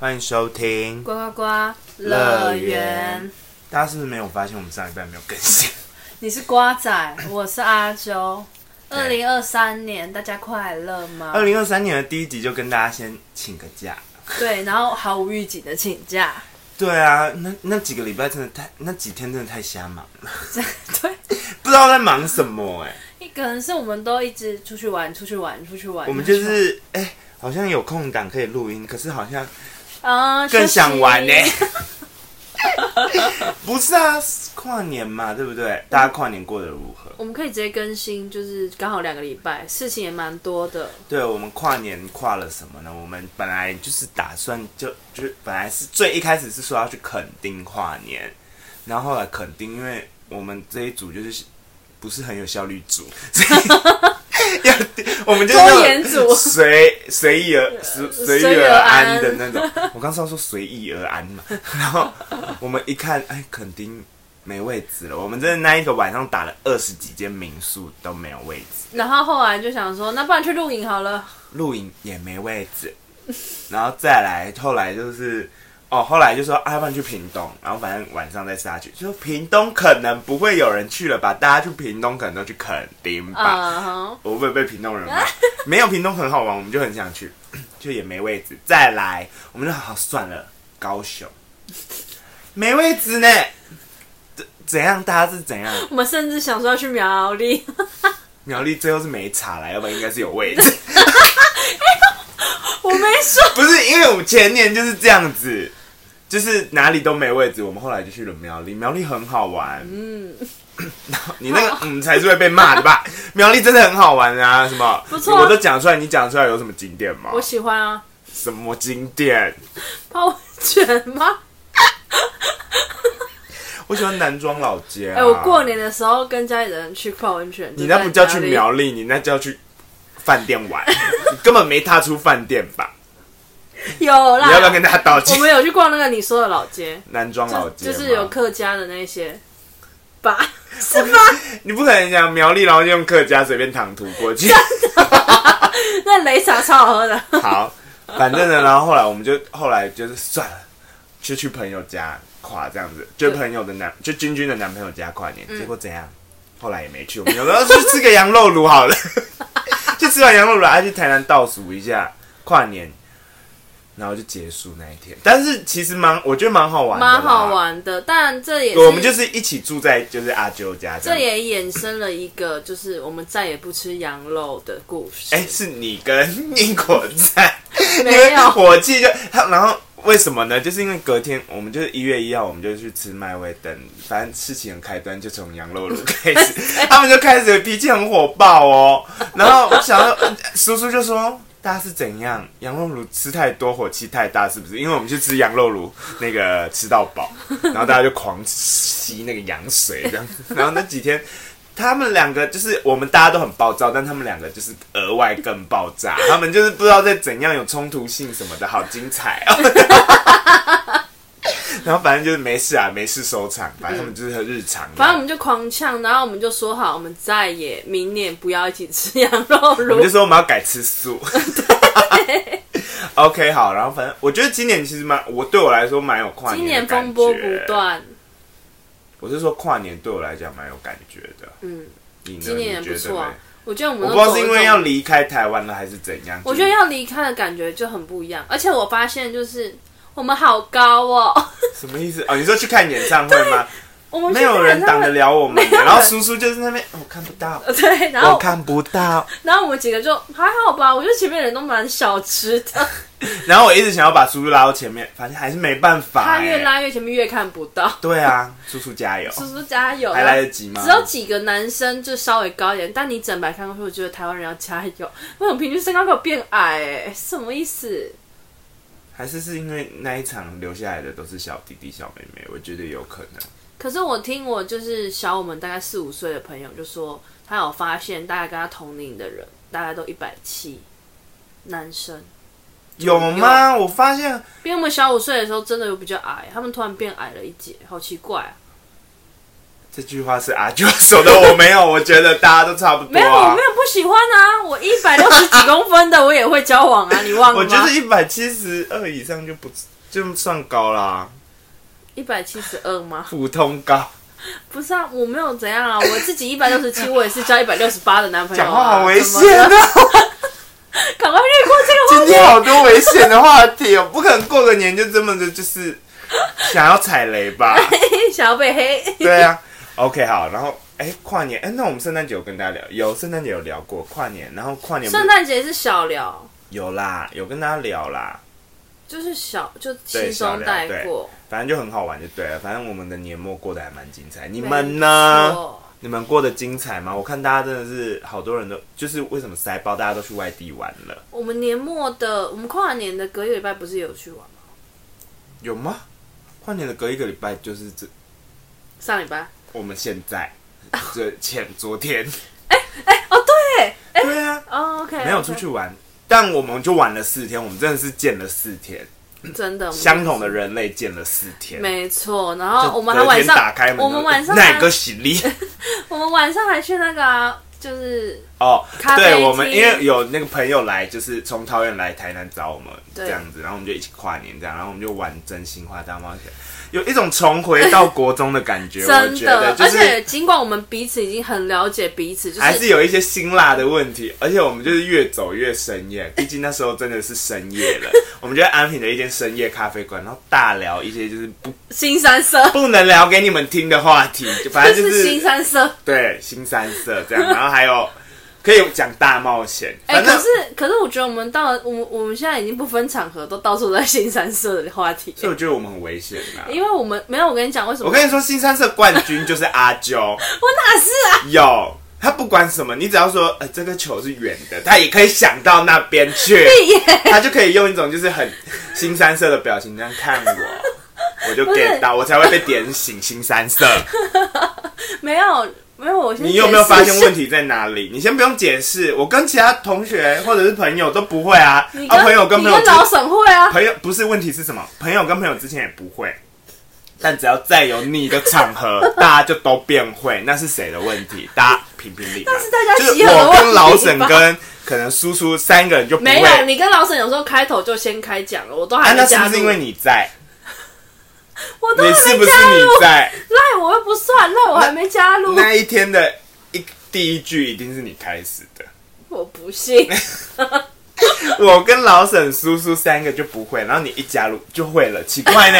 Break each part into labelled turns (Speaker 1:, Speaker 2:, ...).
Speaker 1: 欢迎收听。
Speaker 2: 呱呱呱
Speaker 1: 乐
Speaker 2: 乐
Speaker 1: 园
Speaker 2: 园，
Speaker 1: 大家是不是没有发现我们上一半没有更新？
Speaker 2: 你是瓜仔，我是阿 周。二零二三年，大家快乐吗
Speaker 1: 二？零二三年的第一集就跟大家先请个假。
Speaker 2: 对，然后毫无预警的请假，
Speaker 1: 对啊，那那几个礼拜真的太，那几天真的太瞎忙了，
Speaker 2: 对，
Speaker 1: 不知道在忙什么哎、
Speaker 2: 可能是我们都一直出去玩，出去玩，出去玩。
Speaker 1: 我们就是哎、好像有空档可以录音，可是好像
Speaker 2: 啊，
Speaker 1: 更想玩欸呢、
Speaker 2: 哎、
Speaker 1: 不是啊，跨年嘛，对不对？大家跨年过得如何？
Speaker 2: 我们可以直接更新，就是刚好两个礼拜，事情也蛮多的。
Speaker 1: 对我们跨年跨了什么呢？我们本来就是打算就就是本来是最一开始是说要去垦丁跨年，然后后来垦丁，因为我们这一组就是不是很有效率组， 所以要我们就是那种
Speaker 2: 拖延组
Speaker 1: 随随意而随随
Speaker 2: 随
Speaker 1: 遇
Speaker 2: 遇
Speaker 1: 而
Speaker 2: 而
Speaker 1: 安
Speaker 2: 安
Speaker 1: 的那种。我刚是要说随意而安嘛，然后我们一看，哎，垦丁。没位置了，我们真的那一个晚上打了二十几间民宿都没有位置，
Speaker 2: 然后后来就想说，那不然去露营 好了。
Speaker 1: 露营也没位置， 然后再来，后来就是哦，后来就说啊，要不然去屏东，然后反正晚上再杀去，就屏东可能不会有人去了吧，大家去屏东可能都去垦丁吧，
Speaker 2: 啊、哈
Speaker 1: 我会不会被屏东人骂？没有屏东很好玩，我们就很想去，就也没位置，再来，我们就好好算了，高雄没位置呢，怎怎样？大家是怎样？
Speaker 2: 我们甚至想说要去苗栗，
Speaker 1: 苗栗最后是没查来，要不然应该是有位置，
Speaker 2: 我没说。
Speaker 1: 不是，因为我们前年就是这样子，就是哪里都没位置，我们后来就去了苗栗，苗栗很好玩。嗯，然后 你那个嗯才是会被骂的 吧？苗栗真的很好玩啊，什么？
Speaker 2: 不错啊
Speaker 1: 我都讲出来，你讲出来有什么景点吗
Speaker 2: 我？喜欢啊，
Speaker 1: 什么景点？
Speaker 2: 泡温泉吗？
Speaker 1: 我喜欢南庄老街、啊。
Speaker 2: 哎、我过，年的时候跟家里人去泡温泉，
Speaker 1: 你
Speaker 2: 就在
Speaker 1: 那不叫去
Speaker 2: 里
Speaker 1: 苗栗，你那叫去饭店 玩，你根本没踏出饭店吧？
Speaker 2: 有啦，
Speaker 1: 你要不要跟大家道
Speaker 2: 啊我
Speaker 1: 歉？
Speaker 2: 们有去逛那个你说的老街，
Speaker 1: 南庄老街
Speaker 2: 就
Speaker 1: 吗
Speaker 2: 是有客家的那些吧，
Speaker 1: 你不可能讲苗栗，然后就用客家随便唐突过 去。
Speaker 2: 那擂茶超好喝的。
Speaker 1: 好，反正呢，然后后来我们就后来就是算了，就去朋友家跨这样子，就朋友的男，就君君的男朋友家跨年，
Speaker 2: 嗯
Speaker 1: 结果怎样？后来也没去，我们有时候去吃个羊肉炉 好了，就吃完羊肉炉，还去台南倒数一下跨年，然后就结束那一天。但是其实蛮，我觉得蛮好玩的，
Speaker 2: 蛮好。玩的，但这也是
Speaker 1: 啊对，我们就是一起住在就是阿啾家这
Speaker 2: 这
Speaker 1: 样。
Speaker 2: 也衍生了一个，就是我们再也不吃羊肉的故事。
Speaker 1: 哎、是你跟英国在，
Speaker 2: 没有
Speaker 1: 因为火气就他，然后为什么呢？就是因为隔天我们就是一月一号，我们就去吃麦味登，反正事情很开端就从羊肉炉开 始，他们就开始脾气很火爆哦。然后我想要，呃叔叔就说。大家是怎样？羊肉炉吃太多，火气太大，是不是？因为我们去吃羊肉炉，那个吃到饱，然后大家就狂吸那个羊水这样子。然后那几天他们两个就是我们大家都很暴躁，但他们两个就是额外更爆 炸，他们就是不知道在怎样有冲突性什么的，好精彩哦。 然后反正就是没事啊，没事收场，反正他们就是很日常的。
Speaker 2: 反正我们就狂呛，然后我们就说好，我们再也明年不要一起吃羊肉
Speaker 1: 我们
Speaker 2: 炉
Speaker 1: 就。说我们要改吃 素。OK，好，然后反正我觉得今年其实蛮，我对我来说蛮有跨
Speaker 2: 今
Speaker 1: 年
Speaker 2: 年
Speaker 1: 的感觉
Speaker 2: 风波不。断，
Speaker 1: 我是说跨年对我来讲蛮有感觉的。
Speaker 2: 嗯，
Speaker 1: 你呢
Speaker 2: 今年
Speaker 1: 你
Speaker 2: 也
Speaker 1: 觉
Speaker 2: 不
Speaker 1: 得
Speaker 2: 错啊
Speaker 1: 嘞。
Speaker 2: 我觉得我们
Speaker 1: 我
Speaker 2: 都
Speaker 1: 不知道
Speaker 2: 走
Speaker 1: 是
Speaker 2: 一
Speaker 1: 因为
Speaker 2: 种
Speaker 1: 要离开台湾了还是怎样。
Speaker 2: 我觉得要离开的感觉就很不一样，而且我发现就是我们好高哦，
Speaker 1: 什么意思？哦，你说去看演唱会吗？
Speaker 2: 我们
Speaker 1: 没有人挡得
Speaker 2: 了。
Speaker 1: 了我们，
Speaker 2: 没有人
Speaker 1: 然后叔叔就是那边，我看不到，
Speaker 2: 对，然
Speaker 1: 我
Speaker 2: 后
Speaker 1: 看不到。
Speaker 2: 然后我们几个就还好吧，我觉得前面人都蛮小吃的，
Speaker 1: 然后我一直想要把叔叔拉到前面，反正还是没办法、
Speaker 2: 他越
Speaker 1: 哎
Speaker 2: 拉越前面越看不到。
Speaker 1: 对啊，叔叔加油，
Speaker 2: 叔叔加油！
Speaker 1: 还来得及吗
Speaker 2: 只有几个男生就稍微高一点，但你整排看过去，我觉得台湾人要加油。为什么平均身高给我变矮、哎，什么意思？
Speaker 1: 还是是因为那一场留下来的都是小弟弟小妹妹，我觉得有可能。
Speaker 2: 可是我听我就是小我们大概四五岁的朋友就说，他有发现大概跟他同龄的人大概都一百七，男生
Speaker 1: 有吗？我发现
Speaker 2: 比我们小五岁的时候真的有比较矮，他们突然变矮了一截，好奇怪啊！
Speaker 1: 这句话是阿舅说的，我没有，我觉得大家都差不多、啊。
Speaker 2: 没有，我没有不喜欢啊，我一百六十几公分的我也会交往啊，你忘 了
Speaker 1: 我
Speaker 2: 吗？
Speaker 1: 觉得一百七十二以上就不就算高啦，
Speaker 2: 一百七十二吗？
Speaker 1: 普通高。
Speaker 2: 不是啊，我没有怎样啊，我自己一百六十七，我也是交一百六十八的男朋友、啊。
Speaker 1: 讲话好危
Speaker 2: 怎
Speaker 1: 险
Speaker 2: 么了
Speaker 1: 啊！
Speaker 2: 赶快略过这个话
Speaker 1: 今
Speaker 2: 题。
Speaker 1: 天好多危险的话题哦，不可能过个年就这么的， 就是想要踩雷吧？
Speaker 2: 想要被黑，
Speaker 1: 对啊。OK，好，然后哎、跨年，哎、那我们圣诞节有跟大家聊，有圣诞节有聊过跨年，然后跨年不是
Speaker 2: 圣诞节是小聊，
Speaker 1: 有啦，有跟大家聊啦，
Speaker 2: 就是小就
Speaker 1: 对
Speaker 2: 轻松带过。
Speaker 1: 反正就很好玩就对了。反正我们的年末过得还蛮精彩，你
Speaker 2: 你
Speaker 1: 们呢？？你们过得精彩吗？我看大家真的是好多人都，就是为什么塞爆，大家都去外地玩了，
Speaker 2: 我们年末的，我们跨年的隔一个礼拜不是也有去玩吗？
Speaker 1: 有吗？跨年的隔一个礼拜就是这，
Speaker 2: 上礼拜。
Speaker 1: 我们现在这前昨天，
Speaker 2: 哦，对，
Speaker 1: 对啊，
Speaker 2: 哦，OK，
Speaker 1: 没有出去玩，但我们就玩了四天，我们真的是见了四天，
Speaker 2: 真的
Speaker 1: 相同的。人类见了四天。
Speaker 2: 嗯没错，然
Speaker 1: 就
Speaker 2: 后我们还
Speaker 1: 隔
Speaker 2: 晚
Speaker 1: 天
Speaker 2: 上
Speaker 1: 打开，门，
Speaker 2: 我们晚上还
Speaker 1: 哪个洗 力？
Speaker 2: 我们晚上还去那个啊，就是
Speaker 1: 哦
Speaker 2: 咖，啡
Speaker 1: 对，
Speaker 2: 厅
Speaker 1: 我们因为有那个朋友来，就是从桃园来台南找我们
Speaker 2: 对
Speaker 1: 这样子，然后我们就一起跨年这样，然后我们就玩真心话大冒险，有一种重回到国中的感觉，我
Speaker 2: 真
Speaker 1: 觉
Speaker 2: 的
Speaker 1: 得，就
Speaker 2: 而且
Speaker 1: 是。
Speaker 2: 尽管我们彼此已经很了解彼此，就
Speaker 1: 还
Speaker 2: 是
Speaker 1: 是有一些辛辣的问题，而且我们就是越走越深 夜，毕竟那时候真的是深夜了。 我们就在安平的一间深夜咖啡馆，然后大聊一些就是不
Speaker 2: 新三色，
Speaker 1: 不能聊给你们听的话题，就反
Speaker 2: 就
Speaker 1: 正就是是
Speaker 2: 新三色。
Speaker 1: 对新三色这样，然后还有可以讲大冒险。
Speaker 2: 哎、
Speaker 1: 反正
Speaker 2: 可是可是，我觉得我们到了，我们我们现在已经不分场合，都到处在新三色的话题，
Speaker 1: 所以我觉得我们很危险啊。
Speaker 2: 哎因为我们没有。我跟你讲，为什么？
Speaker 1: 我跟你说，新三色冠军就是阿啾，
Speaker 2: 我哪是啊？
Speaker 1: 有他不管什么，你只要说，呃，这个球是圆的，他也可以想到那边 去，他就可以用一种就是很新三色的表情这样看 我，我就
Speaker 2: 不是
Speaker 1: get 到，我才会被点醒新三 色。
Speaker 2: 没有没有，我先
Speaker 1: 你有没有发现问
Speaker 2: 题？
Speaker 1: 题在哪里？你先不用解释，我跟其他同学或者是朋友都不会啊，
Speaker 2: 你跟、
Speaker 1: 啊，朋友跟
Speaker 2: 你
Speaker 1: 朋友
Speaker 2: 跟
Speaker 1: 之
Speaker 2: 老沈会啊？
Speaker 1: 朋友不是问题是什么？朋友跟朋友之前也不会，但只要再有你的场 合，大家就都变会，那是谁的问题？大家评评理嘛。
Speaker 2: 那是大家
Speaker 1: 就是
Speaker 2: 集合的
Speaker 1: 我跟老
Speaker 2: 问题
Speaker 1: 沈
Speaker 2: 吧
Speaker 1: 跟可能叔叔三个人就不
Speaker 2: 没有，
Speaker 1: 会。
Speaker 2: 你跟老沈有时候开头就先开讲了，我都
Speaker 1: 啊，
Speaker 2: 还
Speaker 1: 那
Speaker 2: 没
Speaker 1: 是
Speaker 2: 加入。
Speaker 1: 不是因为你在？
Speaker 2: 我都
Speaker 1: 你
Speaker 2: 还
Speaker 1: 是
Speaker 2: 没
Speaker 1: 不是
Speaker 2: 加
Speaker 1: 你
Speaker 2: 入？
Speaker 1: 在
Speaker 2: 赖我又不算，赖我还没加入，
Speaker 1: 那一天的一第一句一定是你开始的？
Speaker 2: 我不信。
Speaker 1: 我跟老沈、叔叔三个就不会，然后你一加入就会了，奇怪 呢？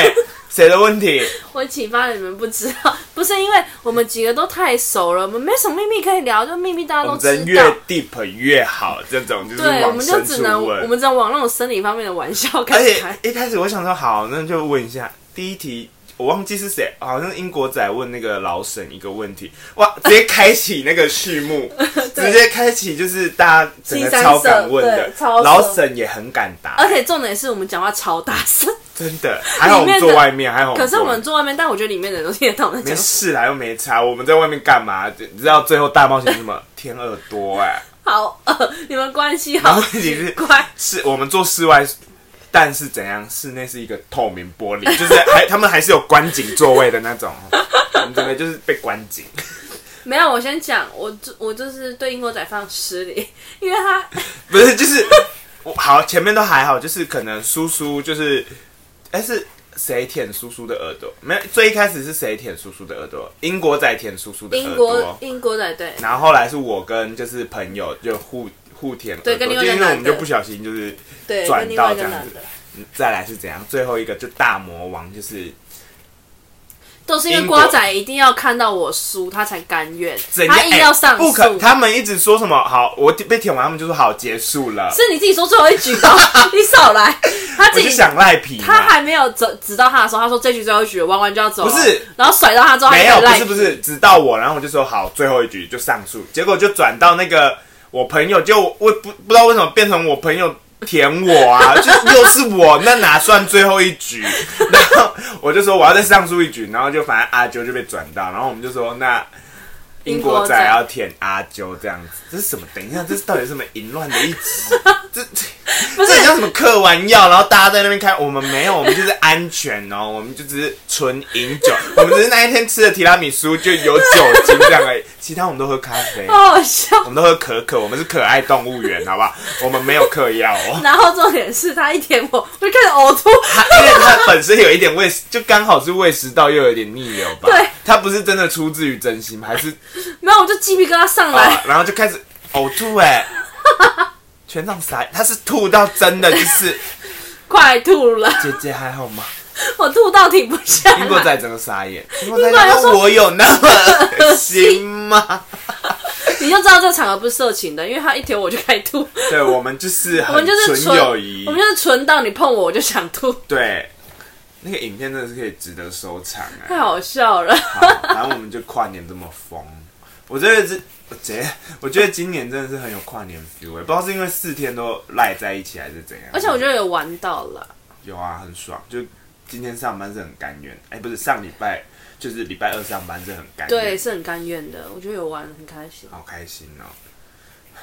Speaker 1: 谁的问题？
Speaker 2: 我启发了你们不知道， 不是因为我们几个都太熟了，我们没什么秘密可以聊，就秘密大家
Speaker 1: 我
Speaker 2: 都
Speaker 1: 们人
Speaker 2: 知
Speaker 1: 越
Speaker 2: 道。
Speaker 1: deep 越好，这种就是
Speaker 2: 对，我
Speaker 1: 往
Speaker 2: 们就
Speaker 1: 深
Speaker 2: 只
Speaker 1: 处
Speaker 2: 能
Speaker 1: 问
Speaker 2: 我。们只能往那种生理方面的玩笑
Speaker 1: 而
Speaker 2: 开始开。
Speaker 1: 且一开始我想说，好，那就问一下第一题，我忘记是谁，好像是英国仔问那个老沈一个问题，哇，直接开启那个序 幕，直接开启就是大家整个
Speaker 2: 新三
Speaker 1: 超敢问
Speaker 2: 色
Speaker 1: 的
Speaker 2: 对，超色
Speaker 1: 老沈也很敢答
Speaker 2: 而，且重点是我们讲话超大声，
Speaker 1: 真的，还好我们
Speaker 2: 里面的
Speaker 1: 坐外面，还好
Speaker 2: 可是
Speaker 1: 坐
Speaker 2: 我
Speaker 1: 外
Speaker 2: 们
Speaker 1: 面
Speaker 2: 坐外面，但我觉得里面的人都听得到我们在
Speaker 1: 没
Speaker 2: 讲话。
Speaker 1: 事啦，又没差，我们在外面干嘛？你知道最后大冒险是什么？天耳朵 哎、
Speaker 2: 好，呃，你们关系
Speaker 1: 然
Speaker 2: 好
Speaker 1: 后 问题是
Speaker 2: 怪，
Speaker 1: 是我们做室外，但是怎样？室内是一个透明玻璃， 就是还他们还是有关紧座位的那种，我们真的就是被关紧。
Speaker 2: 没有，我先讲，我就我就是对英国仔非常失礼，因为他
Speaker 1: 不是，就是我好，前面都还好，就是可能叔叔就是，哎、是谁舔叔叔的耳朵？没有，最一开始是谁舔叔叔的耳朵？英国仔舔叔叔的
Speaker 2: 英
Speaker 1: 耳
Speaker 2: 国
Speaker 1: 朵，
Speaker 2: 英国仔对，
Speaker 1: 然后后来是我跟就是朋友就互互舔耳朵，
Speaker 2: 对跟另外一个
Speaker 1: 就因为我们
Speaker 2: 男的
Speaker 1: 就不小心就是
Speaker 2: 对，
Speaker 1: 转
Speaker 2: 跟另
Speaker 1: 到
Speaker 2: 外一个
Speaker 1: 这样
Speaker 2: 男
Speaker 1: 子
Speaker 2: 的，
Speaker 1: 再来是怎样？最后一个就大魔王就是。
Speaker 2: 都是因为
Speaker 1: 英国
Speaker 2: 瓜仔一定要看到我输，他才甘愿，
Speaker 1: 怎样？
Speaker 2: 他硬要上
Speaker 1: 哎不
Speaker 2: 诉。
Speaker 1: 可，他们一直说什么好，我被舔完，他们就说好结束了。
Speaker 2: 是你自己说最后一 局的，你少来。他
Speaker 1: 我
Speaker 2: 自
Speaker 1: 就
Speaker 2: 己
Speaker 1: 想赖皮嘛，
Speaker 2: 他还没有指指到他的时候，他说这局最后一局，玩完就要走了。
Speaker 1: 不是，
Speaker 2: 然后甩到他之后，他就
Speaker 1: 没有，
Speaker 2: 开
Speaker 1: 不
Speaker 2: 始赖
Speaker 1: 是
Speaker 2: 皮
Speaker 1: 不是，，指到我，然后我就说好，最后一局就上诉，结果就转到那个我朋友，就我不不知道为什么变成我朋友舔我啊， 就又是我，那哪算最后一局？然后我就说我要再上诉一局，然后就反正阿啾就被转到，然后我们就说那。英国仔要舔阿啾这样子，这是什么？等一下，这是到底是什么淫乱的一集？这这
Speaker 2: 不是
Speaker 1: 这叫什么嗑完药，然后大家在那边看，我们没有，我们就是安全哦，我们就只是纯饮酒，我们只是那一天吃的提拉米苏就有酒精这样而已，其他我们都喝咖 啡，
Speaker 2: 好好笑。
Speaker 1: 我们都喝可可，我们是可爱动物园，好不好？我们没有嗑药哦。
Speaker 2: 然后重点是他一舔我，我就开始呕 吐。
Speaker 1: 它因为它本身有一点胃，就刚好是胃食道又有点逆流吧。
Speaker 2: 对，
Speaker 1: 它不是真的出自于真心，还 是
Speaker 2: 没有，我就鸡皮疙瘩上来。
Speaker 1: 啊，然后就开始呕吐、哎，全场傻眼，他是吐到真的 就是
Speaker 2: 快吐了，
Speaker 1: 姐姐还好吗？
Speaker 2: 我吐到停不 下
Speaker 1: 英国
Speaker 2: 来。
Speaker 1: 仔整个傻眼，英国仔
Speaker 2: 英国仔
Speaker 1: 想
Speaker 2: 说
Speaker 1: 说我有那么恶心吗？
Speaker 2: 你就知道这个场合不是色情的，因为他一舔我就开始吐，
Speaker 1: 对，我们就是
Speaker 2: 我
Speaker 1: 很
Speaker 2: 们就是
Speaker 1: 纯友谊
Speaker 2: 我，们就是纯到你碰我我就想吐，
Speaker 1: 对。那个影片真的是可以值得收藏哎、
Speaker 2: 太好 笑了。
Speaker 1: 好，反正我们就跨年这么疯，我觉得是，我觉得我觉得今年真的是很有跨年 feel 哎、不知道是因为四天都赖在一起还是怎样。
Speaker 2: 而且我觉得有玩到了，
Speaker 1: 有啊，很爽。就今天上班是很甘愿，哎、不是上礼拜就是礼拜二上班是很甘愿，
Speaker 2: 对，，是很甘愿的。我觉得有玩很开心。
Speaker 1: 好开心哦、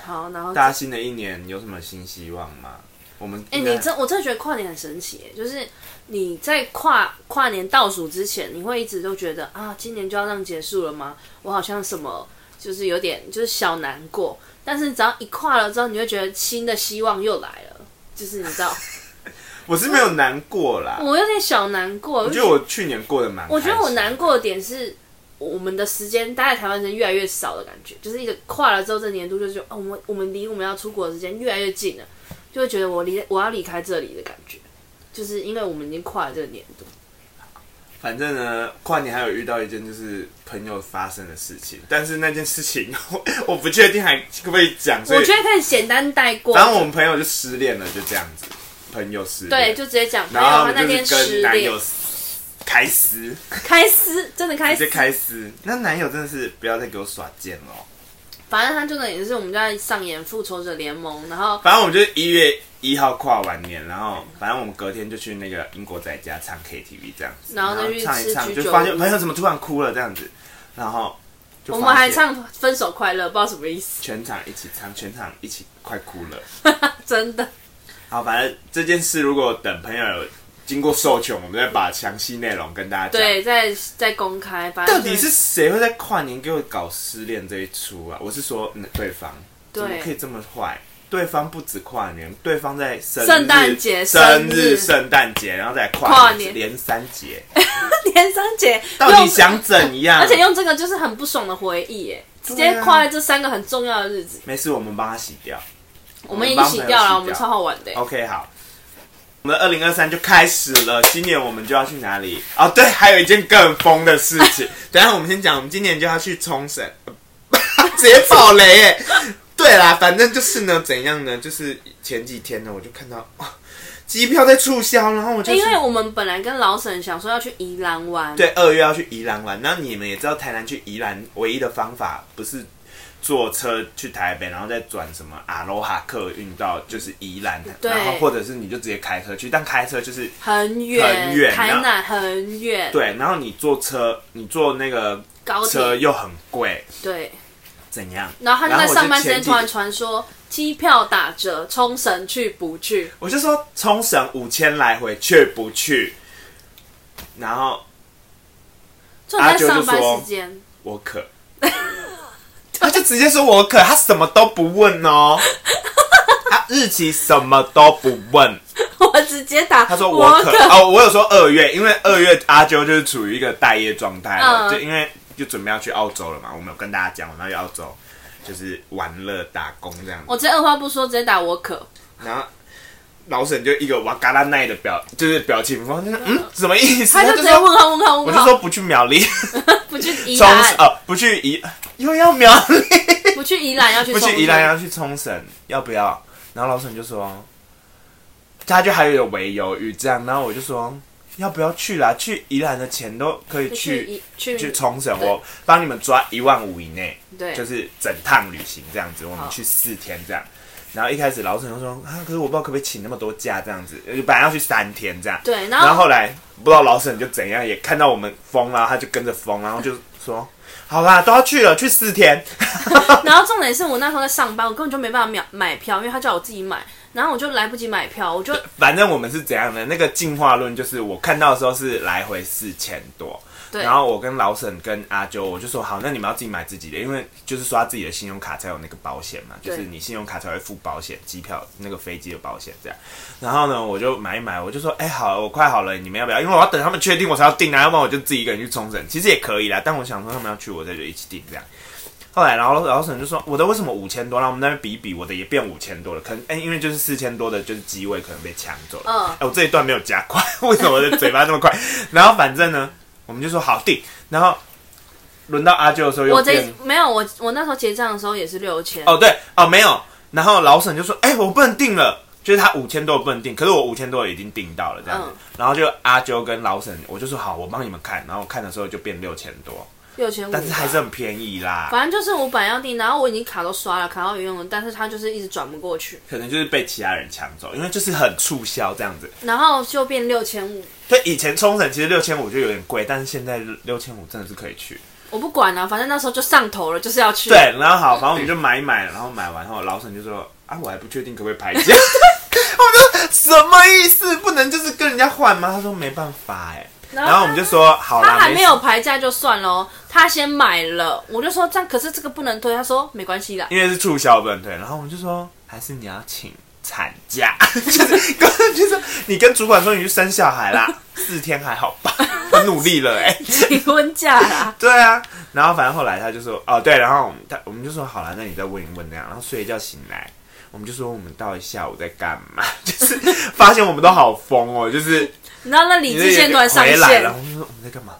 Speaker 2: 好，然后
Speaker 1: 大家新的一年有什么新希望吗？我们
Speaker 2: 哎、
Speaker 1: 应该
Speaker 2: 你真我真的觉得跨年很神奇耶，就是你在跨跨年倒数之前，你会一直都觉得啊，今年就要这样结束了吗？我好像什么就是有点就是小难过，但是只要一跨了之后，你会觉得新的希望又来了，就是你知道，
Speaker 1: 我是没有难过啦，
Speaker 2: 我有点小难过。
Speaker 1: 我
Speaker 2: 我
Speaker 1: 觉得我去年过得蛮，
Speaker 2: 我觉得我难，过的点是。我们的时间待在台湾时间越来越少的感觉，就是一个跨了之后，这年度就是哦，我们我们离我们要出国的时间越来越近了，就会觉得我离我要离开这里的感觉，就是因为我们已经跨了这个年度。
Speaker 1: 反正呢，跨年还有遇到一件就是朋友发生的事情，但是那件事情 我我不确定还可不可以讲，所
Speaker 2: 我
Speaker 1: 以
Speaker 2: 觉得可以简单带过，
Speaker 1: 反正我们朋友就失恋了，就这样子，朋友失
Speaker 2: 对，
Speaker 1: 恋，
Speaker 2: 就直接讲朋
Speaker 1: 然
Speaker 2: 友
Speaker 1: 后
Speaker 2: 他
Speaker 1: 他
Speaker 2: 那
Speaker 1: 们就
Speaker 2: 天
Speaker 1: 是跟
Speaker 2: 失
Speaker 1: 男
Speaker 2: 恋
Speaker 1: 友，开撕。
Speaker 2: 开撕，真的开
Speaker 1: 直接
Speaker 2: 撕。
Speaker 1: 开撕。那男友真的是不要再给我耍贱了哦。
Speaker 2: 反正他就等于是我们在上演复仇者联盟，然后
Speaker 1: 反正我们就是一月一号跨完年，然后反正我们隔天就去那个英国仔家唱 KTV 这样子，
Speaker 2: 然后再去
Speaker 1: 唱一
Speaker 2: 吃
Speaker 1: 唱，
Speaker 2: 居酒
Speaker 1: 就发现
Speaker 2: 屋
Speaker 1: 朋友怎么突然哭了这样子，然后就
Speaker 2: 我
Speaker 1: 发
Speaker 2: 们还
Speaker 1: 现
Speaker 2: 唱《分手快乐》，不知道什么意思，
Speaker 1: 全场一起唱，全场一起快哭了。
Speaker 2: 真的。
Speaker 1: 好，反正这件事如果等朋友有经过授权，我们再把详细内容跟大家讲。
Speaker 2: 对，在在公开，反正
Speaker 1: 到底是谁会在跨年给我搞失恋这一出啊？我是说，嗯对方
Speaker 2: 对
Speaker 1: 怎么可以这么坏？对方不止跨年，对方在生日
Speaker 2: 圣诞节
Speaker 1: 生
Speaker 2: 生日
Speaker 1: 日、圣诞节，然后再
Speaker 2: 跨
Speaker 1: 跨
Speaker 2: 年
Speaker 1: 连三 节，
Speaker 2: 连三姐
Speaker 1: 到底想怎样？ 啊
Speaker 2: 而且用这个就是很不爽的回忆耶，直接跨在这三个很重要的日子，
Speaker 1: 没事，我们帮他洗掉。
Speaker 2: 我们已经洗掉了，我们超
Speaker 1: 超
Speaker 2: 好玩的耶。
Speaker 1: OK 好。我们二零二三就开始了，今年我们就要去哪里？哦，对，还有一件更疯的事 情。等一下我们先讲，我们今年就要去冲绳， 直接爆雷耶！对啦，反正就是呢，怎样呢？就是前几天呢，我就看到哦机、票在促销，然后我就是
Speaker 2: 哎因为我们本来跟老沈想说要去宜兰玩，
Speaker 1: 对，二月要去宜兰玩。那你们也知道，台南去宜兰唯一的方法不是坐车去台北，然后再转什么阿罗哈客运到就是宜兰，
Speaker 2: 嗯对
Speaker 1: 然后或者是你就直接开车去，但开车就是
Speaker 2: 很远，
Speaker 1: 很远
Speaker 2: 台
Speaker 1: 然后
Speaker 2: 南很远，
Speaker 1: 对，然后你坐车，你坐那个
Speaker 2: 高
Speaker 1: 车
Speaker 2: 铁
Speaker 1: 又很贵，
Speaker 2: 对。
Speaker 1: 怎样？
Speaker 2: 然后他就在
Speaker 1: 我
Speaker 2: 上班时间
Speaker 1: 前几
Speaker 2: 突然传说机票打折，冲绳去不去？
Speaker 1: 我就说冲绳五千来回去不去，然后
Speaker 2: 就在
Speaker 1: 阿啾就
Speaker 2: 上班
Speaker 1: 说
Speaker 2: 时间，
Speaker 1: 我渴， 他就直接说我渴，他什么都不问 哦，他日期什么都不问，
Speaker 2: 我直接打，
Speaker 1: 他说
Speaker 2: 我
Speaker 1: 我渴哦，我有说二月，因为二月阿啾就是处于一个待业状态了，
Speaker 2: 嗯
Speaker 1: 就因为就准备要去澳洲了嘛，我们有跟大家讲我们要去澳洲，就是玩乐打工这样子，
Speaker 2: 我直接二话不说直接打我渴，
Speaker 1: 然后。老沈就一个哇嘎啦奈的表，就是表情包，他说嗯，什么意思？
Speaker 2: 他就直
Speaker 1: 就
Speaker 2: 接问
Speaker 1: 说，
Speaker 2: 号问号
Speaker 1: 我
Speaker 2: 问
Speaker 1: 就
Speaker 2: 号，
Speaker 1: 说不去苗栗，
Speaker 2: 不去宜
Speaker 1: 冲
Speaker 2: 兰，
Speaker 1: 呃不去宜，又要苗栗，
Speaker 2: 不去宜兰要去
Speaker 1: 不
Speaker 2: 冲
Speaker 1: 去
Speaker 2: 绳
Speaker 1: 宜兰要去冲绳，要不要？然后老沈就说，他就还有为犹豫这样，然后我就说要不要去啦？去宜兰的钱都可以
Speaker 2: 不
Speaker 1: 去
Speaker 2: 宜去
Speaker 1: 去冲绳，
Speaker 2: 对
Speaker 1: 我帮你们抓一万五以内，
Speaker 2: 对，
Speaker 1: 就是整趟旅行这样子，我们
Speaker 2: 好
Speaker 1: 去四天这样。然后一开始老沈就说啊，可是我不知道可不可以请那么多假这样子，呃本来要去三天这样。
Speaker 2: 对，然
Speaker 1: 然后
Speaker 2: 后
Speaker 1: 后来不知道老沈就怎样，也看到我们疯了，他就跟着疯，然后就说好啦，都要去了，去四天。
Speaker 2: 然后重点是我那时候在上班，我根本就没办法秒买票，因为他叫我自己买，然后我就来不及买票，我就
Speaker 1: 反正我们是怎样的那个进化论，就是我看到的时候是来回四千多，
Speaker 2: 对
Speaker 1: 然后我跟老沈跟阿啾，我就说好，那你们要自己买自己的，因为就是刷自己的信用卡才有那个保险嘛，就是
Speaker 2: 对
Speaker 1: 你信用卡才会付保险、机票、那个飞机的保险这样。然后呢，我就买一买，我就说哎、好，我快好了，你们要不要？因为我要等他们确定我才要订啊，要不然我就自己一个人去冲绳，其实也可以啦，但我想说他们要去，我再就一起订这样。后来，然后老沈就说：“我的为什么五千多？”然后我们那边比一比，我的也变五千多了。可能哎、因为就是四千多的，就是机位可能被抢走了。
Speaker 2: 嗯
Speaker 1: 哎、我这一段没有加快，为什么我的嘴巴那么快？然后反正呢，我们就说好定。然后轮到阿舅的时候又
Speaker 2: 我
Speaker 1: 变
Speaker 2: 这没有我我那时候结账的时候也是六千，
Speaker 1: 哦，对哦，没有。然后老沈就说：“哎、我不能定了。”就是他五千多不能定，可是我五千多已经定到了这样子。
Speaker 2: 嗯
Speaker 1: 然后就阿啾跟老沈，我就说好，我帮你们看。然后我看的时候就变六千多，
Speaker 2: 六千五，
Speaker 1: 但是还是很便宜啦。
Speaker 2: 反正就是我本来要订，然后我已经卡都刷了，卡到有用了，但是它就是一直转不过去，
Speaker 1: 可能就是被其他人抢走，因为就是很促销这样子。
Speaker 2: 然后就变六千五。
Speaker 1: 对，以前冲绳其实六千五就有点贵，但是现在六千五真的是可以去。
Speaker 2: 我不管了、反正那时候就上头了，就是要去。
Speaker 1: 对，然后好，反正我们就买一买，然后买完后，老沈就说：“啊，我还不确定可不可以排价。”我就什么意思？不能就是跟人家换吗？他说没办法哎、
Speaker 2: 然
Speaker 1: 然后我们就说好
Speaker 2: 他
Speaker 1: 啦，
Speaker 2: 还没有
Speaker 1: 事，
Speaker 2: 排价就算了哦，他先买了，我就说这样，可是这个不能推，他说没关系啦。
Speaker 1: 因为是促销不能退。然后我们就说还是你要请产假， 就是跟就是你跟主管说你去生小孩啦，四天还好吧？ 我努力了哎、
Speaker 2: 请婚假啦，
Speaker 1: 对啊，然后反正后来他就说，哦对，然后我们他我们就说好了，那你再问一问那样，然后睡一觉醒来，我们就说我们到底下午在干嘛， 就是发现我们都好疯哦，就是
Speaker 2: 你知道那理
Speaker 1: 你
Speaker 2: 智线突然上
Speaker 1: 回来了，
Speaker 2: 线，
Speaker 1: 我们就说我们在干嘛？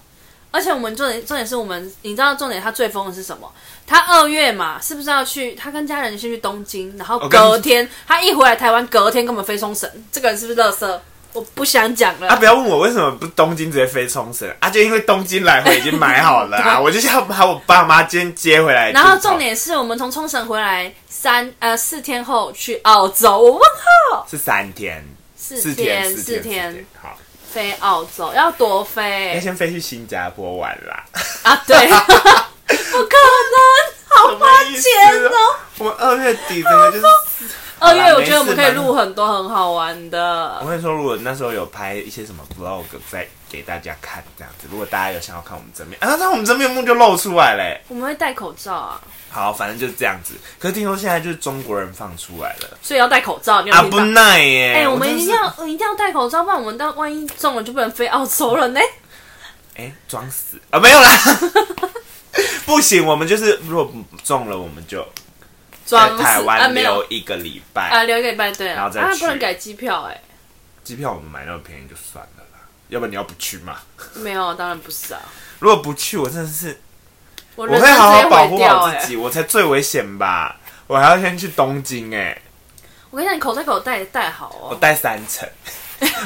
Speaker 2: 而且我们重点重点是我们，你知道重点他最疯的是什么？他二月嘛，是不是要去？他跟家人先去东京，然后
Speaker 1: 哦我跟
Speaker 2: 隔天他一回来台湾，隔天根本飞冲绳，这个人是不是乐色？我不想讲了。
Speaker 1: 啊，不要问我为什么不东京直接飞冲绳啊，就因为东京来回已经买好了 啊，我就是要把我爸妈今天接回来。
Speaker 2: 然后重点是我们从冲绳回来三呃四天后去澳洲，我问号
Speaker 1: 是三天，
Speaker 2: 四
Speaker 1: 四天，
Speaker 2: 天
Speaker 1: 四
Speaker 2: 四
Speaker 1: 天
Speaker 2: 天，哎
Speaker 1: 好，
Speaker 2: 飞澳洲要多
Speaker 1: 要
Speaker 2: 飞
Speaker 1: 先飞去新加坡玩啦。
Speaker 2: 啊？对，不可能，好花
Speaker 1: 什
Speaker 2: 钱
Speaker 1: 么意思啊
Speaker 2: 哦。
Speaker 1: 我们二月底真的 就是
Speaker 2: 二
Speaker 1: 好
Speaker 2: 月
Speaker 1: 啦
Speaker 2: 我觉得我们可
Speaker 1: 啊没
Speaker 2: 以
Speaker 1: 事
Speaker 2: 录很多很好玩的
Speaker 1: 我，跟你说，如果那时候有拍一些什么 vlog 再给大家看，这样子，如果大家有想要看我们真面啊，那我们真面目就露出来嘞。
Speaker 2: 我们会戴口罩啊，
Speaker 1: 好，反正就是这样子。可是听说现在就是中国人放出来了，
Speaker 2: 所以要戴口罩。你有
Speaker 1: 啊
Speaker 2: 听
Speaker 1: 不
Speaker 2: 到？
Speaker 1: 耐耶！
Speaker 2: 哎、我们
Speaker 1: 真
Speaker 2: 一
Speaker 1: 是
Speaker 2: 定要一定要戴口罩，不然我们到万一中了就不能飞澳洲了呢。
Speaker 1: 哎装死啊，没有啦， 不行，我们就是如果中了，我们就在
Speaker 2: 装死
Speaker 1: 台
Speaker 2: 啊，
Speaker 1: 湾
Speaker 2: 没有
Speaker 1: 留一个礼拜，
Speaker 2: 啊，留一个礼拜对
Speaker 1: 然
Speaker 2: 啊
Speaker 1: 后，再
Speaker 2: 啊
Speaker 1: 去
Speaker 2: 不能改机票哎、
Speaker 1: 机票我们买那么便宜就算了啦，要不然你要不去嘛？
Speaker 2: 没有，当然不是啊，
Speaker 1: 如果不去，我真的是
Speaker 2: 我
Speaker 1: 我
Speaker 2: 人
Speaker 1: 会
Speaker 2: 生直
Speaker 1: 好好
Speaker 2: 接
Speaker 1: 保
Speaker 2: 毁
Speaker 1: 护
Speaker 2: 掉
Speaker 1: 好
Speaker 2: 哎、
Speaker 1: 自己，我才最危险吧？我还要先去东京哎、
Speaker 2: 我跟你讲，你口袋给我戴戴好哦。
Speaker 1: 我带三层，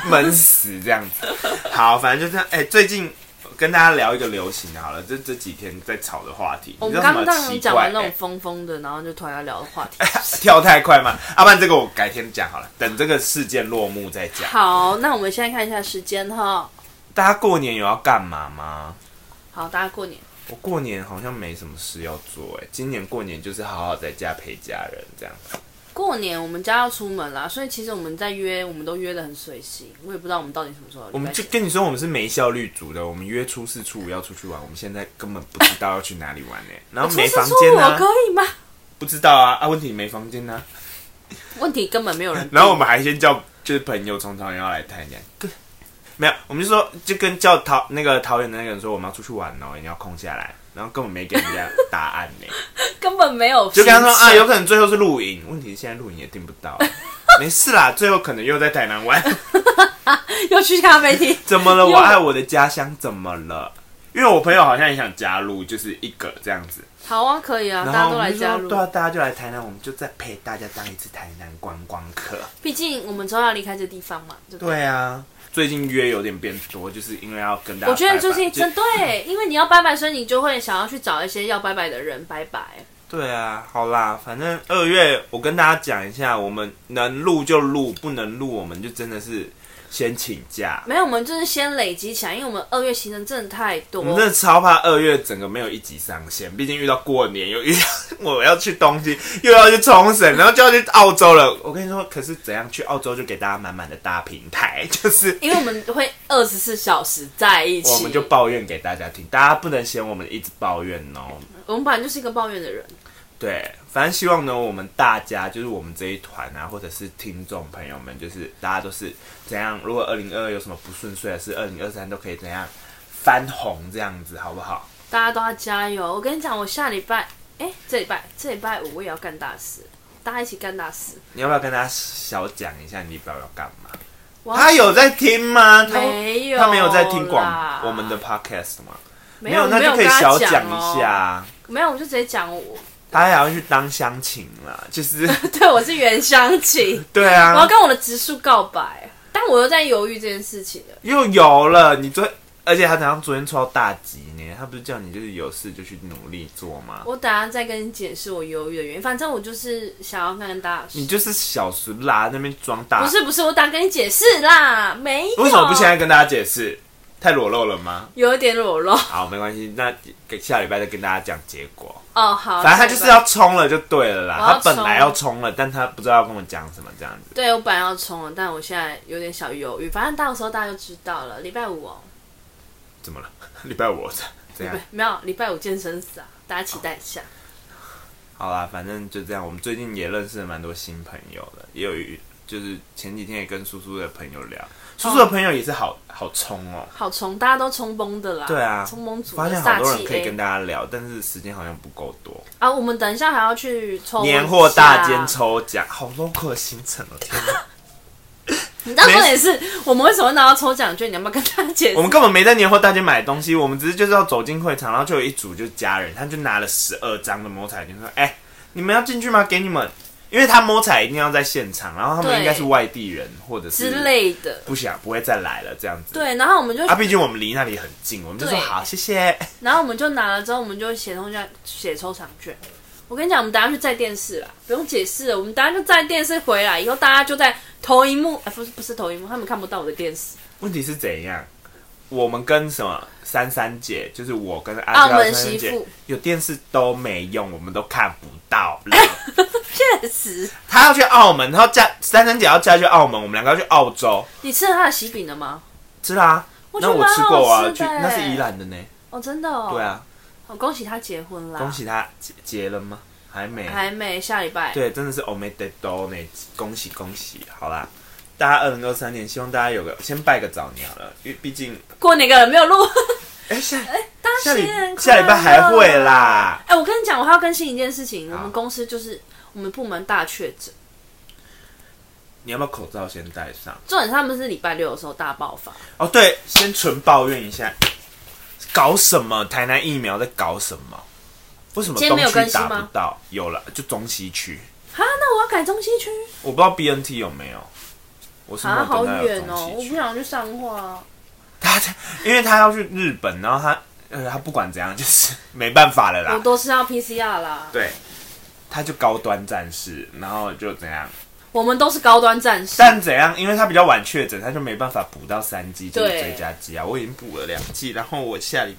Speaker 1: 闷死这样子。好，反正就这样。哎、最近跟大家聊一个流行的好了，这这几天在吵的话题，
Speaker 2: 我
Speaker 1: 你
Speaker 2: 们
Speaker 1: 知道
Speaker 2: 刚
Speaker 1: 什么
Speaker 2: 刚
Speaker 1: 奇
Speaker 2: 讲
Speaker 1: 怪、
Speaker 2: 完那种疯疯的，然后就突然要聊的话题。
Speaker 1: 哎跳太快吗？阿、啊、不然这个我改天讲好了，等这个事件落幕再讲。
Speaker 2: 好，那我们现在看一下时间哈。
Speaker 1: 大家过年有要干嘛吗？
Speaker 2: 好，大家过年
Speaker 1: 我过年好像没什么事要做、哎，今年过年就是好好在家陪家人这样。
Speaker 2: 过年我们家要出门啦，所以其实我们在约，我们都约的很随性，我也不知道我们到底什么时候要礼拜
Speaker 1: 我
Speaker 2: 几。
Speaker 1: 们就跟你说，我们是没效率组的，我们约初四初五要出去玩，我们现在根本不知道要去哪里玩、 哎，然后没
Speaker 2: 初四
Speaker 1: 房
Speaker 2: 初
Speaker 1: 间
Speaker 2: 五可
Speaker 1: 啊，
Speaker 2: 以吗？
Speaker 1: 不知道啊，啊，问题没房间啊。
Speaker 2: 问题根本没有人。
Speaker 1: 然后我们还先叫就是朋友从桃园要来台南，对，没有，我们就说就跟叫桃那个桃园的那个人说我们要出去玩哦，你要空下来，然后根本没给人家答案 呢，
Speaker 2: 根本没有
Speaker 1: 就
Speaker 2: 行程，
Speaker 1: 跟他说啊， 有可能最后是露营，问题是现在露营也订不到，啊没事啦，最后可能又在台南玩，
Speaker 2: 又去咖啡厅，
Speaker 1: 怎么了？
Speaker 2: 又
Speaker 1: 我爱我的家乡，怎么了？因为我朋友好像也想加入，就是一个这样子，
Speaker 2: 好啊，可以啊，
Speaker 1: 然
Speaker 2: 大家
Speaker 1: 后
Speaker 2: 都
Speaker 1: 我
Speaker 2: 来
Speaker 1: 们就
Speaker 2: 加
Speaker 1: 说
Speaker 2: 入
Speaker 1: 对。啊，大家就来台南，我们就再陪大家当一次台南观光客。
Speaker 2: 毕竟我们之后要离开这地方嘛，对不对？
Speaker 1: 对啊，最近约有点变多，就是因为要跟大家
Speaker 2: 我
Speaker 1: 啊拜拜。
Speaker 2: 觉得最近
Speaker 1: 就
Speaker 2: 真对，因为你要拜拜，所以你就会想要去找一些要拜拜的人拜拜。
Speaker 1: 对啊，好啦，反正二月我跟大家讲一下，我们能录就录，不能录我们就真的是先请假。
Speaker 2: 没有，我们就是先累积起来，因为我们二月行程真的太多
Speaker 1: 我。们真的超怕二月整个没有一集上线，毕竟遇到过年，又遇到我要去东京，又要去冲绳，然后就要去澳洲了。我跟你说，可是怎样去澳洲就给大家满满的大平台，就是
Speaker 2: 因为我们会二十四小时在一起，
Speaker 1: 我们就抱怨给大家听，大家不能嫌我们一直抱怨哦。
Speaker 2: 我们本来就是一个抱怨的人，
Speaker 1: 对，反正希望呢，我们大家就是我们这一团啊，或者是听众朋友们，就是大家都是怎样，如果二零二二有什么不顺遂的事，二零二三都可以怎样翻红这样子，好不好？
Speaker 2: 大家都要加油。我跟你讲，我下礼拜，哎、这礼拜这礼拜五我也要干大事，大家一起干大事。
Speaker 1: 你要不要跟大家小讲一下你礼拜要干嘛？
Speaker 2: 我要
Speaker 1: 他有在听吗？他
Speaker 2: 哦没有啦
Speaker 1: 他没有在听广我们的 podcast 吗？
Speaker 2: 没有，
Speaker 1: 那
Speaker 2: 没
Speaker 1: 就
Speaker 2: 有
Speaker 1: 可以
Speaker 2: 跟他
Speaker 1: 小
Speaker 2: 讲
Speaker 1: 讲
Speaker 2: 哦
Speaker 1: 一下。啊。
Speaker 2: 没有，我就直接讲我，
Speaker 1: 他还要去当乡情啦，就是
Speaker 2: 对我是原乡情，
Speaker 1: 对
Speaker 2: 我要
Speaker 1: 啊，
Speaker 2: 跟我的直树告白，但我又在犹豫这件事情了。
Speaker 1: 又有了。你昨，而且他好像昨天抽到大吉呢，他不是叫你就是有事就去努力做吗？
Speaker 2: 我等下再跟你解释我犹豫的原因，反正我就是想要看看大家。
Speaker 1: 你就是小俗啦，那边装大。
Speaker 2: 不是不是，我打跟你解释啦，没有。
Speaker 1: 为什么不现在跟大家解释？太裸露了吗？
Speaker 2: 有一点裸露？
Speaker 1: 好，没关系，那给下礼拜再跟大家讲结果。
Speaker 2: 哦，好。
Speaker 1: 反正他就是要冲了就对了
Speaker 2: 我要
Speaker 1: 啦，他本来要冲了，但他不知道要跟我讲什么这样子。
Speaker 2: 对我本来要冲了，但我现在有点小犹豫。反正到时候大家就知道了。礼拜五哦，
Speaker 1: 怎么了？ 礼拜五怎怎样
Speaker 2: 不？没有礼拜五健身死啊，大家期待一下。
Speaker 1: 好啦，反正就这样。我们最近也认识了蛮多新朋友的，也有一就是前几天也跟叔叔的朋友
Speaker 2: 哦
Speaker 1: 聊，叔叔的朋友也是好好冲哦。
Speaker 2: 好冲，大家都冲崩的啦。
Speaker 1: 对啊
Speaker 2: 冲崩组
Speaker 1: 发
Speaker 2: 的
Speaker 1: 现
Speaker 2: 煞
Speaker 1: 好多人
Speaker 2: 气
Speaker 1: 可以跟
Speaker 2: A
Speaker 1: 大家聊，但是时间好像不够多。
Speaker 2: 啊！我们等一下还要去抽
Speaker 1: 年货大
Speaker 2: 奖啊
Speaker 1: 间。抽奖，好 local 的行程哦！天哪，
Speaker 2: 你当时也是，我们为什么会拿到抽奖券？你要不要跟大家解
Speaker 1: 我
Speaker 2: 释？
Speaker 1: 们根本没在年货大街买东西，我们只是就是要走进会场，然后就有一组就是家人，他就拿了十二张的摸彩券，说：“哎、你们要进去吗？给你们。”因为他摸彩一定要在现场，然后他们
Speaker 2: 对
Speaker 1: 应该是外地人或者是
Speaker 2: 之类的。
Speaker 1: 不想不会再来了这样子。
Speaker 2: 对，然后我们就，
Speaker 1: 啊，毕竟我们离那里很近，我们就说
Speaker 2: 对
Speaker 1: 好，谢谢。
Speaker 2: 然后我们就拿了之后，我们就写抽奖，写抽奖券。我跟你讲，我们等一下去载电视啦，不用解释了。我们等一下就载电视回来，以后大家就在投荧幕，哎、不是不是投荧幕，他们看不到我的电视。
Speaker 1: 问题是怎样？我们跟什么珊珊姐，就是我跟阿
Speaker 2: 澳
Speaker 1: 娇
Speaker 2: 门
Speaker 1: 珊珊
Speaker 2: 媳
Speaker 1: 姐
Speaker 2: 妇，
Speaker 1: 有电视都没用，我们都看不到了。
Speaker 2: 确实，
Speaker 1: 她要去澳门，她要嫁珊珊姐要嫁去澳门，我们两个要去澳洲。
Speaker 2: 你吃了他的喜饼了吗？
Speaker 1: 吃啦、
Speaker 2: 我觉
Speaker 1: 那
Speaker 2: 得
Speaker 1: 我
Speaker 2: 蛮
Speaker 1: 吃过
Speaker 2: 好
Speaker 1: 啊，
Speaker 2: 吃
Speaker 1: 去
Speaker 2: 的欸。
Speaker 1: 那是宜兰的呢。
Speaker 2: 哦，真的哦。
Speaker 1: 对啊，
Speaker 2: 哦，恭喜他结婚啦！
Speaker 1: 恭喜他结结了吗？还没。
Speaker 2: 还没下 礼拜。
Speaker 1: 对，真的是 o m e d e d o 呢，恭喜恭喜！好啦，大家二零二三年，希望大家有个先拜个早年好了，因为毕竟
Speaker 2: 过年个人没有 录，
Speaker 1: 哎、下
Speaker 2: 大
Speaker 1: 下礼
Speaker 2: 新年快
Speaker 1: 哎下
Speaker 2: 乐
Speaker 1: 礼拜还会。啦。
Speaker 2: 哎、我跟你讲，我还要更新一件事情，我
Speaker 1: 好
Speaker 2: 们公司就是我们部门大确诊，
Speaker 1: 你要不要口罩先戴上？
Speaker 2: 重点是他们是礼拜六的时候大爆 发，
Speaker 1: 哦，对，先纯抱怨一下，搞什么？台南疫苗在搞什么？为什么
Speaker 2: 今天
Speaker 1: 东
Speaker 2: 没有
Speaker 1: 区
Speaker 2: 更新
Speaker 1: 打
Speaker 2: 吗
Speaker 1: 不到？有了，就中西区。
Speaker 2: 哈，那我要改中西区
Speaker 1: 我不知道 BNT 有没有，我是没
Speaker 2: 啊，
Speaker 1: 有
Speaker 2: 好
Speaker 1: 跟他有
Speaker 2: 远哦，
Speaker 1: 东
Speaker 2: 我
Speaker 1: 西
Speaker 2: 不
Speaker 1: 区。
Speaker 2: 想去上化。
Speaker 1: 他在，因为他要去日本，然后他呃，他不管怎样，就是没办法了
Speaker 2: 我
Speaker 1: 啦。
Speaker 2: 都是要 PCR 啦，
Speaker 1: 啊对，他就高端战士，然后就怎样，
Speaker 2: 我们都是高端战士。
Speaker 1: 但怎样，因为他比较晚确诊，他就没办法补到三剂，就是
Speaker 2: 对
Speaker 1: 追加剂啊。我已经补了两剂，然后我下礼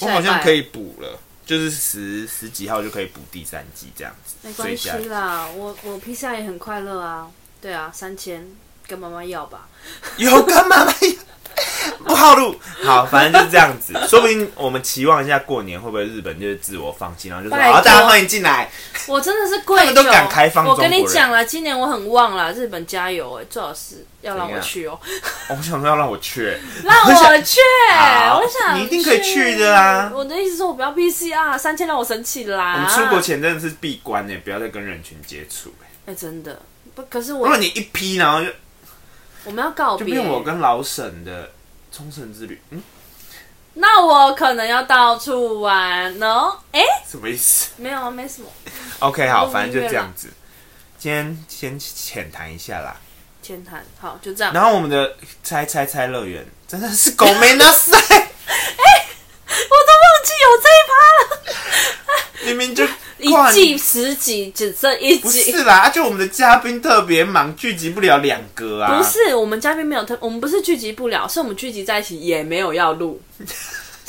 Speaker 1: 我
Speaker 2: 下
Speaker 1: 好
Speaker 2: 礼
Speaker 1: 像
Speaker 2: 拜
Speaker 1: 可，以补了，就是十十几号就可以补第三剂这样子，
Speaker 2: 没
Speaker 1: 追
Speaker 2: 关系
Speaker 1: 加剂
Speaker 2: 啦，我我 PCR 也很快乐啊。对啊，三千跟妈妈要吧。
Speaker 1: 有干嘛吗？不好录，好，反正就是这样子。说不定我们期望一下过年会不会日本就是自我放弃，然后就说
Speaker 2: 拜托
Speaker 1: 好，大家欢迎进来。
Speaker 2: 我真的是跪
Speaker 1: 他
Speaker 2: 求，
Speaker 1: 们都敢开放
Speaker 2: 我跟
Speaker 1: 中
Speaker 2: 你
Speaker 1: 国人
Speaker 2: 讲啦，今年我很旺啦，日本加油哎、最好是要让
Speaker 1: 怎
Speaker 2: 我
Speaker 1: 样
Speaker 2: 去哦、
Speaker 1: 哦我想说要让我去，
Speaker 2: 让我去，
Speaker 1: 好
Speaker 2: 我想
Speaker 1: 你一定可以去的啊
Speaker 2: 我的意思是我不要 PCR，三千让我生气啦。
Speaker 1: 我们出国前真的是闭关呢，不要再跟人群接触欸。
Speaker 2: 哎、真的不，可是
Speaker 1: 如
Speaker 2: 我
Speaker 1: 果你一批，然后就
Speaker 2: 我们要告
Speaker 1: 就
Speaker 2: 别
Speaker 1: 变，我跟老沈的冲绳之旅，嗯，
Speaker 2: 那我可能要到处玩哦。哎、
Speaker 1: 什么意 思？
Speaker 2: 没有啊，没什么，
Speaker 1: OK，好，
Speaker 2: 录
Speaker 1: 反正
Speaker 2: 音
Speaker 1: 就
Speaker 2: 乐
Speaker 1: 这
Speaker 2: 啦
Speaker 1: 样子。今天先浅谈一下啦。
Speaker 2: 浅谈，好，就这样。
Speaker 1: 然后我们的猜猜猜乐园真的是狗没那 塞，
Speaker 2: 我都忘记有这一趴了，
Speaker 1: 明明就
Speaker 2: 已
Speaker 1: 跨
Speaker 2: 一季十集只剩一
Speaker 1: 不
Speaker 2: 集。
Speaker 1: 是啦，啊就我们的嘉宾特别忙，聚集不了两个啊。
Speaker 2: 不是，我们嘉宾没有特，我们不是聚集不了，是我们聚集在一起也没有要录，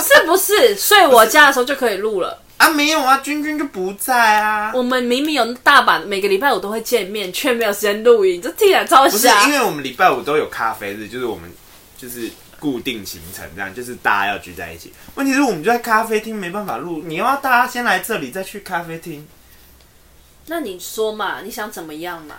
Speaker 2: 是不是？睡我家的时候就可以录了。
Speaker 1: 啊，没有啊，君君就不在啊。
Speaker 2: 我们明明有大阪，每个礼拜五都会见面，却没有时间录音，这听起来超
Speaker 1: 不是因
Speaker 2: 瞎。
Speaker 1: 为我们礼拜五都有咖啡日，就是我们就是固定行程这样，就是大家要聚在一起。问题是我们就在咖啡厅没办法录，你又要大家先来这里再去咖啡厅。
Speaker 2: 那你说嘛，你想怎么样嘛？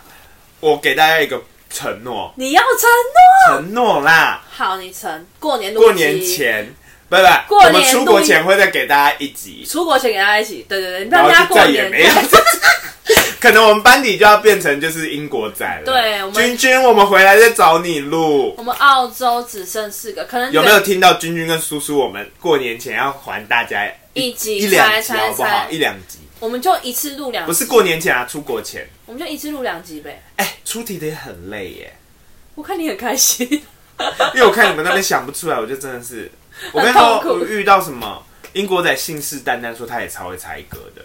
Speaker 1: 我给大家一个承诺，
Speaker 2: 你要承诺，
Speaker 1: 承诺啦，
Speaker 2: 好，你承。过年录一集
Speaker 1: 过年，前，不不，
Speaker 2: 过
Speaker 1: 我
Speaker 2: 年
Speaker 1: 们出国前会再给大家一集，
Speaker 2: 出国前给大家一起，对对对，
Speaker 1: 然
Speaker 2: 让
Speaker 1: 后
Speaker 2: 大家
Speaker 1: 就
Speaker 2: 过
Speaker 1: 再也
Speaker 2: 年
Speaker 1: 没有。可能我们班底就要变成就是英国仔了。
Speaker 2: 对我们
Speaker 1: 君君，我们回来再找你录。
Speaker 2: 我们澳洲只剩四个，可能
Speaker 1: 有没有听到君君跟叔叔？我们过年前要还大家
Speaker 2: 一集
Speaker 1: 一两
Speaker 2: 猜
Speaker 1: 集
Speaker 2: 猜
Speaker 1: 好不好？
Speaker 2: 猜
Speaker 1: 一？两集，
Speaker 2: 我们就一次录两，
Speaker 1: 不是，过年前啊，出国前。
Speaker 2: 我们就一次录两集呗。
Speaker 1: 哎、出题的也很累耶，
Speaker 2: 我看你很开心，
Speaker 1: 因为我看你们那边想不出来，我就真的是，我跟你
Speaker 2: 很
Speaker 1: 说，
Speaker 2: 痛苦
Speaker 1: 我遇到什么英国仔信誓旦旦说他也超会猜歌的，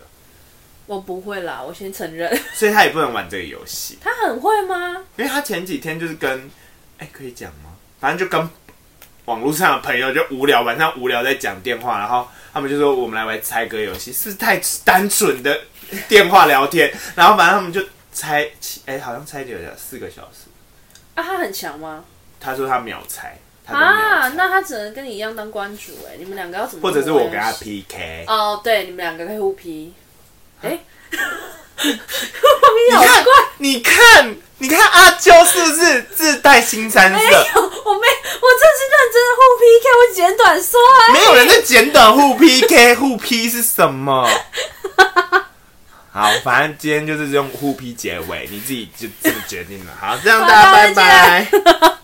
Speaker 2: 我不会啦，我先承认。
Speaker 1: 所以他也不能玩这个游戏，
Speaker 2: 他很会吗？
Speaker 1: 因为他前几天就是跟，哎、可以讲吗？反正就跟网络上的朋友就无聊，晚上无聊在讲电话，然后他们就说我们来玩猜歌游戏，是太单纯的电话聊天，然后反正他们就猜，哎、好像猜几个小时四个小时。
Speaker 2: 啊，他很强吗？
Speaker 1: 他说他秒猜，他都秒
Speaker 2: 啊，
Speaker 1: 猜，
Speaker 2: 那他只能跟你一样当关主哎、你们两个要怎么？
Speaker 1: 或者哦是我给他。PK。
Speaker 2: 哦，对，你们两个可以互 P。哎、
Speaker 1: 你
Speaker 2: 我没有，
Speaker 1: 看，啊你看，你看阿娇是不是自带新三
Speaker 2: 没
Speaker 1: 色？
Speaker 2: 有，我没，我这是认真的互 PK，我简短说啊。
Speaker 1: 没有人在简短互 PK，互 P 是什么？好，反正今天就是用互 P 结尾，你自己就这么决定了。好，这样大家
Speaker 2: 好
Speaker 1: 拜
Speaker 2: 大家
Speaker 1: 拜。